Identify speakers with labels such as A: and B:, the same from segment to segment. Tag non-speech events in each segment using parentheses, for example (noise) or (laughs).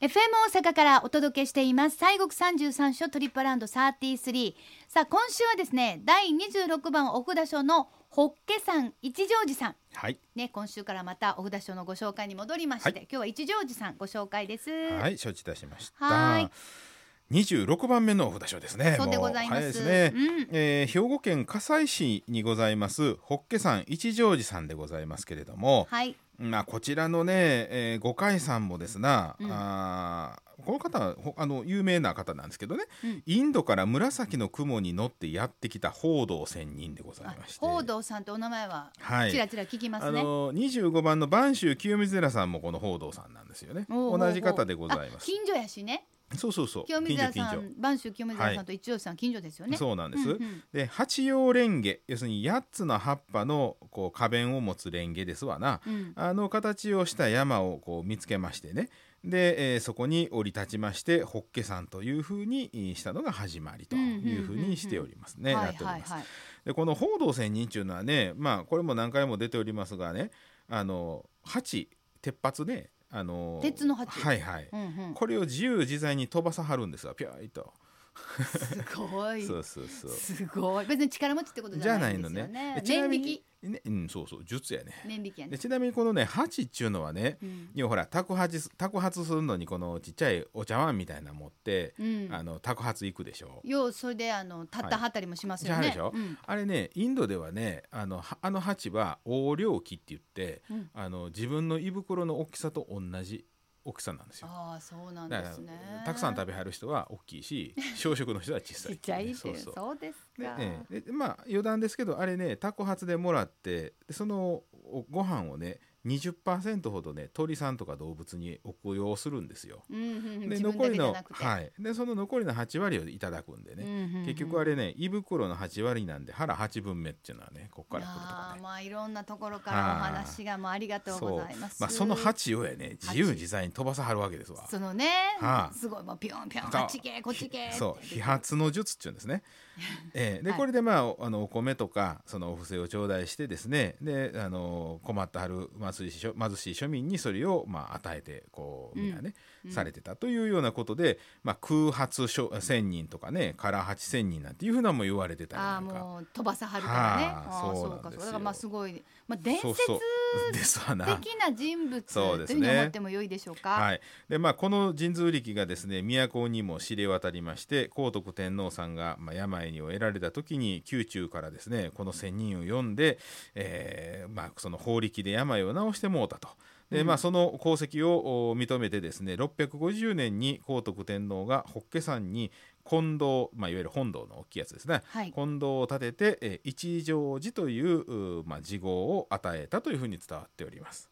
A: FM 大阪からお届けしています西国33所トリップアラウンド33さあ今週はですね第26番お札所のホッケさん一乗寺さん
B: はい、
A: ね今週からまたお札所のご紹介に戻りまして、
B: はい
A: 今日は一乗寺さんご紹介です
B: はい、承知いたしまし
A: はー
B: た
A: い。
B: 二十六番目のお札所ですね。
A: そうで
B: も
A: ございます
B: 早ですね。
A: うん
B: えー兵庫県加西市にございますホッケ山一乗寺さんでございますけれども、
A: はい
B: まあこちらのね、えー、五海さんもですな、
A: うん
B: あーこの方はほあの有名な方なんですけどね、
A: うん
B: インドから紫の雲に乗ってやってきた報道仙人でござい
A: あ
B: まして、
A: 報道さんとお名前は
B: はい、
A: ちらちら聞きま
B: あ
A: すね、
B: の25番の播州清水寺さんもこの報道さんなんですよね
A: おうおうおう
B: 同じ方でございま
A: あ
B: す
A: 近所やしね
B: そうそうそう
A: 清水寺
B: 近
A: さ
B: 所
A: ん播州清水寺さんと一条寺さん近所ですよ
B: 近所
A: ね
B: そうなんです、
A: うんうん
B: で八葉レンゲ要するに8つの葉っぱのこう花弁を持つレンゲですわな、
A: うん
B: あの形をした山をこう見つけましてねで、えーそこに降り立ちましてホッケ山というふうにえーしたのが始まりというふうにしておりますね、
A: は
B: ないっており
A: はい
B: ます
A: はい
B: でこの報道仙人っていうのはねまあこれも何回も出ておりますがねあの鉢鉄発であの
A: 鉄の鉢
B: はいはい、
A: うん
B: (laughs)
A: うん
B: これを自由自在に飛ばさはるんですわピューイと、
A: すごい
B: そうそうそう
A: すごい別に力持ちってこと
B: じ
A: じ
B: ゃ
A: ゃ
B: な
A: ない
B: い
A: んで
B: の
A: すよ
B: ね
A: ね
B: えちな
A: 年
B: み
A: 引き
B: にねうんそうそう術やね
A: 年引きや
B: で
A: ね
B: ちなみにこのね鉢っちゅうのはね
A: うん
B: 要はほら宅発す宅発するのにこのちっちゃいお茶碗みたいなの持って、
A: うん
B: あの宅発行くでしょ
A: ようそれであのたったはったりもしますよ
B: じゃああれ
A: ね
B: でしょ
A: うん
B: あれねインドではねあのはあの鉢は横領器って言って、
A: うん
B: あの自分の胃袋の大きさと同じ大きさなんですよ。
A: ああそうなん
B: だ
A: で
B: から
A: すね
B: たくさん食べはる人は大きいし小食の人は小さ
A: (laughs) ち
B: い
A: っちゃいって
B: そ
A: いうう
B: そう
A: そうです
B: で
A: か
B: ええでまあ余談ですけどあれねタコ発でもらってでそのおご飯をね20%ほどね鳥さんとか動物にお供養するんですよ。
A: うんうんうん
B: で
A: 自分だけじゃ
B: の
A: なくて
B: はいでその残りの8割をいただくんでね、結局あ
A: れ
B: れね胃袋の8割なんで腹8分目っていうのはねここから来ると
A: あ
B: か
A: ー
B: ね
A: まあいろんなところからお話がもうありがとうございます
B: まあ、その8をやね自由自在に飛ばさはるわけですわ
A: そのね
B: はあ
A: すごいもうピョンピョン
B: そう
A: あっち系こっち系
B: そう飛発の術っていうんですね、ええで
A: はい
B: これでまあおあのお米とかそのお布施を頂戴してですねであの困ったはる貧しいしょ貧しい庶民にそれをまあ与えてこうみんなね、されてたというようなことで、まあ、空発しょ千人とかね唐八千人なんていうふうなのも言われてたり
A: あ
B: な
A: あ
B: んか。
A: もう飛ばさはるからね
B: はあ
A: あー
B: そう
A: そ
B: な
A: うんか
B: で
A: そう
B: すよ
A: だからまあすごいまあ伝
B: そう
A: 説
B: そうですわな
A: 的な人物
B: そ
A: と
B: うで
A: い
B: す
A: うふう
B: ね
A: に思っても良いでしょうか
B: はいでまあ、この神通力がですね都にも知れ渡りまして光徳天皇さんが、まあ、病にを得られた時に宮中からですねこの仙人を読んで、えーまあ、その法力で病を治してもうたと。でまあ、その功績をお認めてですね650年に光徳天皇が法華山に金堂、まあ、いわゆる本堂の大きいやつですね、
A: はい
B: 金堂を建てて、えー一乗寺という、うまあ、寺号を与えたというふうに伝わっております。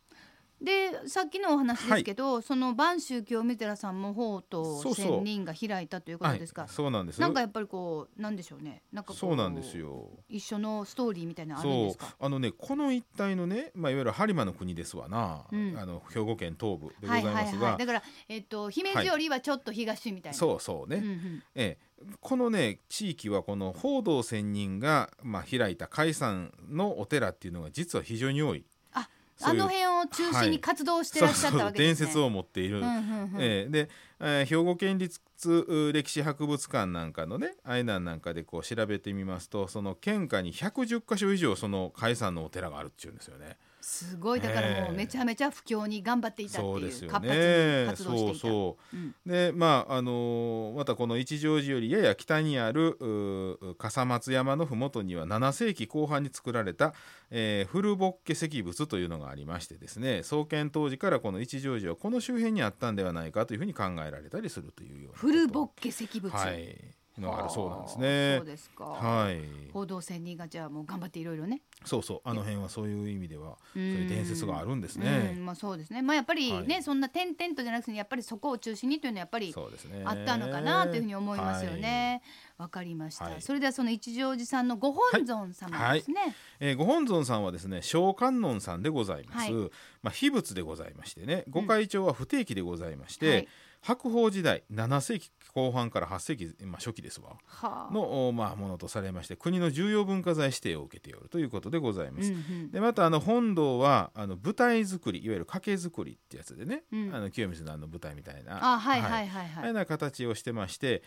A: でさっきのお話ですけどその播州清水寺さんも法と
B: そうそう
A: 仙人が開いたということですか
B: はい、そうなんです
A: なんかやっぱりこうなんでしょうねなんかこ
B: そうなんですよ。
A: 一緒のストーリーみたいなのあるんで
B: そ
A: す
B: う
A: か
B: あのねこの一帯のね、まあ、いわゆる播磨の国ですわな、
A: うん
B: あの兵庫県東部でござ
A: はいいは
B: ま
A: い
B: す
A: は
B: が
A: いだからえっと姫路よりはちょっと東みたいな
B: そうそうね、
A: うんうん
B: ええ、このね地域はこの報道仙人が、まあ、開いた海山のお寺っていうのが実は非常に多い
A: あ
B: そ
A: あ
B: ういう
A: の辺を中心に活動してらっしゃったわけで
B: 伝
A: すね
B: 説を持っている、
A: うんうんうん
B: えーで、えー兵庫県立う歴史博物館なんかのね愛南なんかでこう調べてみますとその県下に110箇所以上その海山のお寺があるっていうんですよね。
A: すごいだからもう
B: ええ
A: めちゃめちゃ不況に頑張っていたって
B: そう
A: い
B: で
A: う
B: すよ
A: 活発に
B: ね。
A: 活動して
B: そう
A: いた。。
B: そううんでまああのーまたこの一乗寺よりやや北にあるうー笠松山の麓には7世紀後半に作られた、えー、古ぼっけ石仏というのがありましてですね創建当時からこの一乗寺はこの周辺にあったんではないかというふうに考えられたりするというようなこと
A: フルボッケ石仏、
B: はいのがあるそうなんで
A: は
B: す
A: あ
B: ね。
A: そうですか。
B: はい、
A: 報道線にがじゃあもう頑張っていろいろね。
B: そうそうあの辺はそういう意味では
A: う
B: そうんいう伝説があるんです
A: う
B: ね。
A: ん、まあそうですね。まあやっぱりね、
B: はい
A: そんな点々とじゃなくてやっぱりそこを中心にというのはやっぱり
B: そうですね。
A: あったのかなというふうに思いますよね。わ、かりました、
B: はい
A: それではその一乗寺さんのご本尊様ですね。
B: えーご本尊さんはですね小観音さんでございます、
A: はい
B: まあ、秘仏でございましてね御開帳は不定期でございまして、
A: はい
B: 白鳳時代7世紀後半から8世紀、まあ、初期ですわ
A: はあ
B: の、おまあ、ものとされまして国の重要文化財指定を受けておるということでございます。
A: うんうん
B: でまたあの本堂はあの舞台作りいわゆる掛け作りってやつでね、
A: うん
B: あの清水のあの舞台みたいな
A: あはいはいはいは
B: ああ
A: い
B: いうよ
A: う
B: な形をしてまして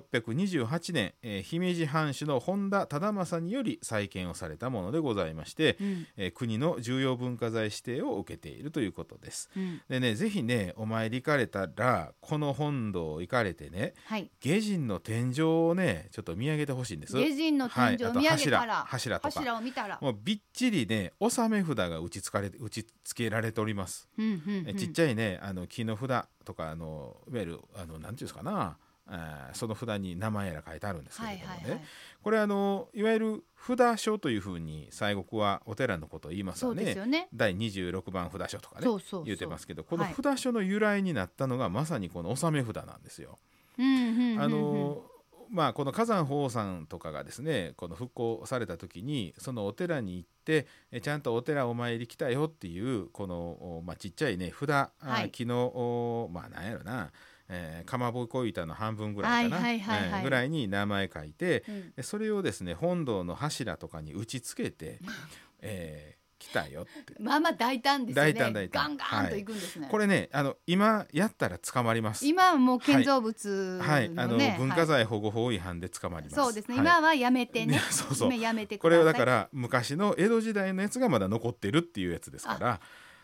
B: 1628年、えー姫路藩主の本田忠政により再建をされたものでございまして、
A: うん
B: えー国の重要文化財指定を受けているということです。
A: うん
B: でねぜひねお参り行かれたらこの本堂行かれてね
A: はい
B: 下人の天井をねちょっと見上げてほしいんです。
A: 下人の天井を
B: はいあと
A: 見上げたら
B: 柱柱とか
A: 柱を見たら
B: もうびっちりね納め札が打ちつかれ打ち付けられております、
A: うんうんう
B: え
A: ん
B: ちっちゃいねあの木の札とかあのいわゆるあのなんていうんですかなあーその札に名前やら書いてあるんですけれ
A: はい
B: どもね、
A: はいはい
B: これあのいわゆる札所というふうに西国はお寺のことを言います
A: そ
B: よ
A: うで
B: ね
A: すよね
B: 第26番札所とかね
A: そうそうそう
B: 言ってますけどこの
A: はい
B: 札所の由来になったのがまさにこの納め札なんですよ。
A: うんうんうんうん
B: あのまあこの火山宝山とかがですねこの復興された時にそのお寺に行ってえちゃんとお寺お参り来たよっていうこの、おまあ、ちっちゃいね札、あ
A: はい
B: 木のおまあなんやろな、えー、かまぼこ板の半分ぐらいかな、
A: はいはいはいはい
B: えーぐらいに名前書いて
A: うん
B: でそれをですね本堂の柱とかに打ち付けて、えー来たよって。
A: まあまあ大胆ですよね
B: 大胆大胆
A: ガンガンといくんですね、
B: これねあの今やったら捕まります。
A: 今はもう建造物のね、
B: はい、あの、文化
A: はい
B: 財保護法違反で捕まります。
A: そうですね、
B: はい
A: 今はやめてね
B: ね (laughs) そうそう
A: 今やめて
B: こ
A: くださ
B: れ
A: い
B: はだから昔の江戸時代のやつがまだ残ってるっていうやつですから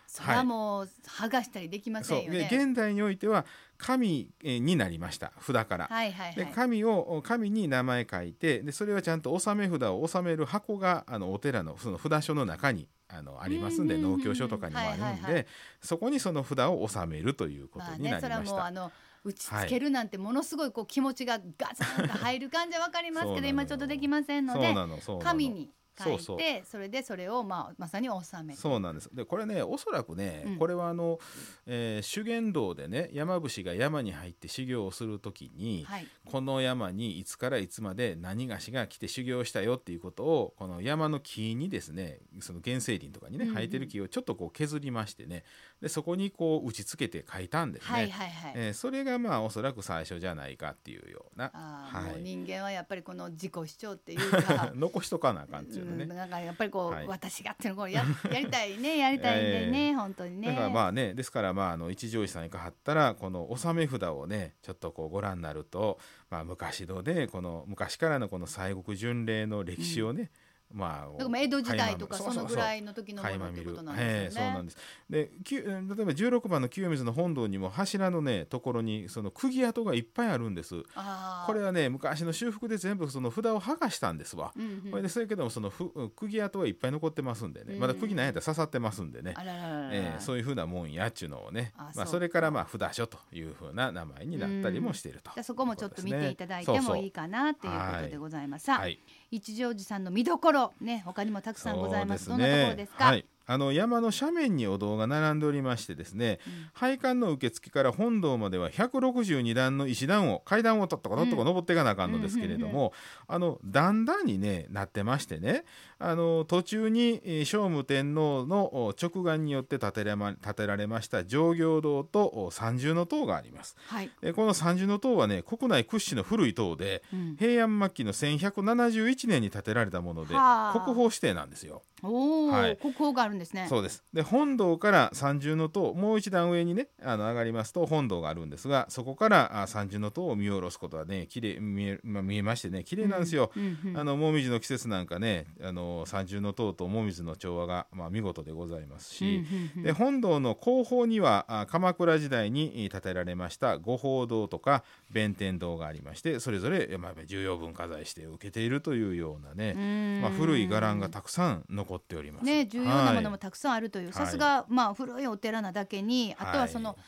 A: それはもう剥がしたりできませ
B: そ
A: んよ
B: う
A: ね
B: で現代においては神えーになりました札から。
A: はいはい
B: で
A: はい
B: 神を神に名前書いてでそれはちゃんと納め札を納める箱があのお寺のその札所の中にあのありますんで
A: うんうんうんうん
B: 農協所とかにもあるんで、
A: はいはいはい
B: そこにその札を納めるということ
A: まあ
B: に
A: ね
B: なり
A: それは
B: まし
A: もう
B: た
A: あ。の打ちつけるなんてものすごいこう気持ちがガツンと入る感じはわかります
B: そう
A: け
B: な
A: ど
B: のよ
A: 今ちょっとできませんの
B: そう
A: で
B: なのそうなの
A: 紙に書いて
B: そ
A: そうれでそれをまあまさに納める
B: そうなんですでこれねおそらくね、
A: うん
B: これはあの、えー修験道でね山伏が山に入って修行をする時に、
A: はい
B: この山にいつからいつまで何がしが来て修行したよっていうことをこの山の木にですねその原生林とかに
A: う
B: ね
A: んうん
B: 生えてる木をちょっとこう削りましてねでそこにこう打ち付けて書いたんですね、
A: はいはいはい、
B: えーそれがまあおそらく最初じゃないかっていうような
A: あ
B: は
A: ー
B: い
A: もう人間はやっぱりこの自己主張って
B: (laughs)
A: いうか
B: 残しとかなあかんっていううのね
A: ん、。なんかやっぱりこう、
B: はい
A: 私がっていうのをややりたい
B: (laughs)
A: ねやりたいんでね、本当にね
B: だからまあねですからまああの一条院さんにかはったらこの納め札をねちょっとこうご覧になると、まあ、昔のでこの昔からのこの西国巡礼の歴史をね、ま
A: だ
B: あ
A: からまあ江戸時代とか
B: 垣間
A: その
B: 見
A: ぐら
B: そうそうそう
A: いの時のも
B: 垣
A: の
B: 間
A: って
B: 見
A: こ
B: る
A: となん
B: ええ
A: です
B: そう
A: よ
B: な
A: ね
B: ん。ですできゅ例えば16番の清水の本堂にも柱のねところにその釘跡がいっぱいあるんです
A: あー
B: これはね昔の修復で全部その札を剥がしたんですわ、
A: うんうん
B: これでそれけどもそのふ釘跡はいっぱい残ってますんでねまだ釘なんやったら刺さってますんでね
A: あららららら
B: えーそういうふうなもんやっちゅうのをね
A: あ
B: まあ、
A: そう
B: それからまあ札所というふうな名前になったりもしていると
A: じゃあそこもちょっと見ていただい
B: そ
A: て
B: うそ
A: も
B: う
A: いいかなっていうことでございます。さあ、
B: はい
A: 一乗寺さんの見どころね他にもたくさんございます。
B: そう
A: どんなところですか。
B: はい、あの山の斜面にお堂が並んでおりましてですね、配管の受付から本堂までは162段の石段を階段をとっとことっとこ登っていかなあかんのですけれども、あの段々に、ね、なってましてねあの途中にえー聖武天皇のお直眼によって建てられま建てられました上行堂とお三重の塔があります。
A: はい。
B: でこの三重の塔はね国内屈指の古い塔で
A: うん、
B: 平安末期の1171年に建てられたもので
A: はあ
B: 国宝指定なんですよ。
A: おお、
B: はい
A: 国宝があるんですね。
B: そうですで本堂から三重の塔もう一段上にねあの上がりますと本堂があるんですがそこからあ三重の塔を見下ろすことはね綺麗見え,、まあ、見えましてね綺麗なんですよ。
A: うんうん
B: あの紅葉の季節なんかねあの三重の塔と紅葉の調和が、まあ、見事でございますし、
A: うんうんう
B: で
A: ん
B: 本堂の後方にはあ鎌倉時代にえー建てられました御宝堂とか弁天堂がありましてそれぞれ、えーまあ、重要文化財指定を受けているというような
A: う
B: ね、
A: ーん
B: まあ、古い伽藍がたくさん残っております。
A: ね、重要なものも
B: はい
A: たくさんあるという、
B: い
A: さすが、まあ、古いお寺なだけに、あとはその
B: い。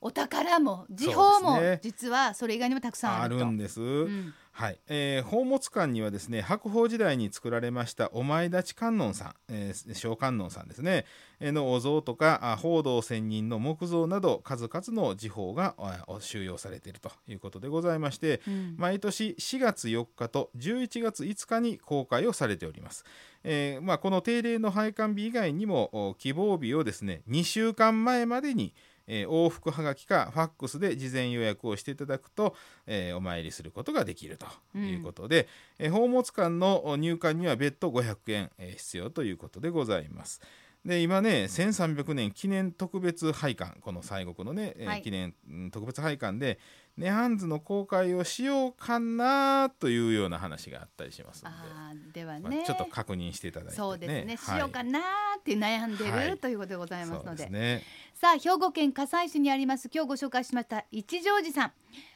A: お宝も、時
B: そ
A: 報
B: うです
A: も、
B: ね
A: 実はそれ以外にもたくさんあ
B: あ
A: る
B: る
A: と。
B: んです、
A: ん
B: はい、えー宝物館にはですね白鳳時代に作られましたお前立ち観音さん、えー小観音さんですねえーのお像とかあ報道仙人の木像など数々の時報があお収容されているということでございまして、
A: うん
B: 毎年4月4日と11月5日に公開をされております、えーまあ、この定例の拝観日以外にもお希望日をですね2週間前までにえー往復はがきかファックスで事前予約をしていただくと、えーお参りすることができるということで、えー宝物館の入館には別途500円、えー必要ということでございます。で今ね1300年記念特別拝観この西国のね、えー
A: はい
B: 記念うん特別拝観で涅槃図の公開をしようかなというような話があったりしますので。
A: あーでは
B: まあ
A: ね、
B: ちょっと確認していただいて、ね、
A: そうですねし
B: はい
A: ようかなーって悩んでる、
B: はい
A: ということでございます
B: そ
A: の
B: う
A: で
B: ですね
A: さあ兵庫県加西市にあります今日ご紹介しました一乗寺さん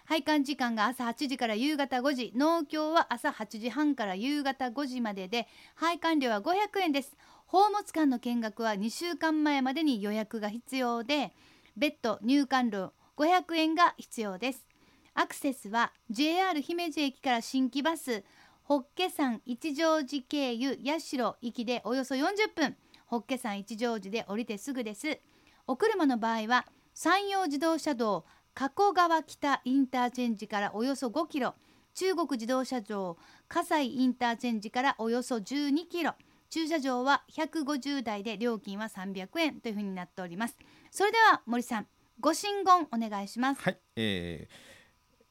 A: 拝観時間が朝8時から夕方5時農協は朝8時半から夕方5時までで拝観料は500円です宝物館の見学は2週間前までに予約が必要で別途入館料500円が必要ですアクセスは JR 姫路駅から新規バスホッケ山一乗寺経由八代行きでおよそ40分ホッケ山一乗寺で降りてすぐですお車の場合は山陽自動車道加古川北インターチェンジからおよそ5キロ中国自動車道葛西インターチェンジからおよそ12キロ駐車場は150台で料金は300円というふうになっておりますそれでは森さんご神言お願いします
B: はい、えー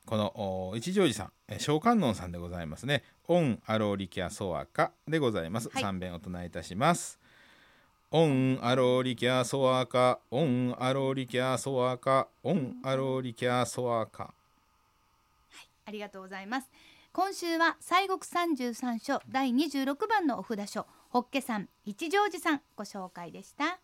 B: このお一乗寺さんえー小観音さんでございますね「オンアローリキャソアカ」でございます、
A: はい
B: 三遍お唱えいたしますオンアローリキャソアカオンアローリキャソアカオンアローリキャソアカ
A: ありがとうございます。今週は西国三十三所第二十六番のお札所、ホッケさん、一乗寺さんご紹介でした。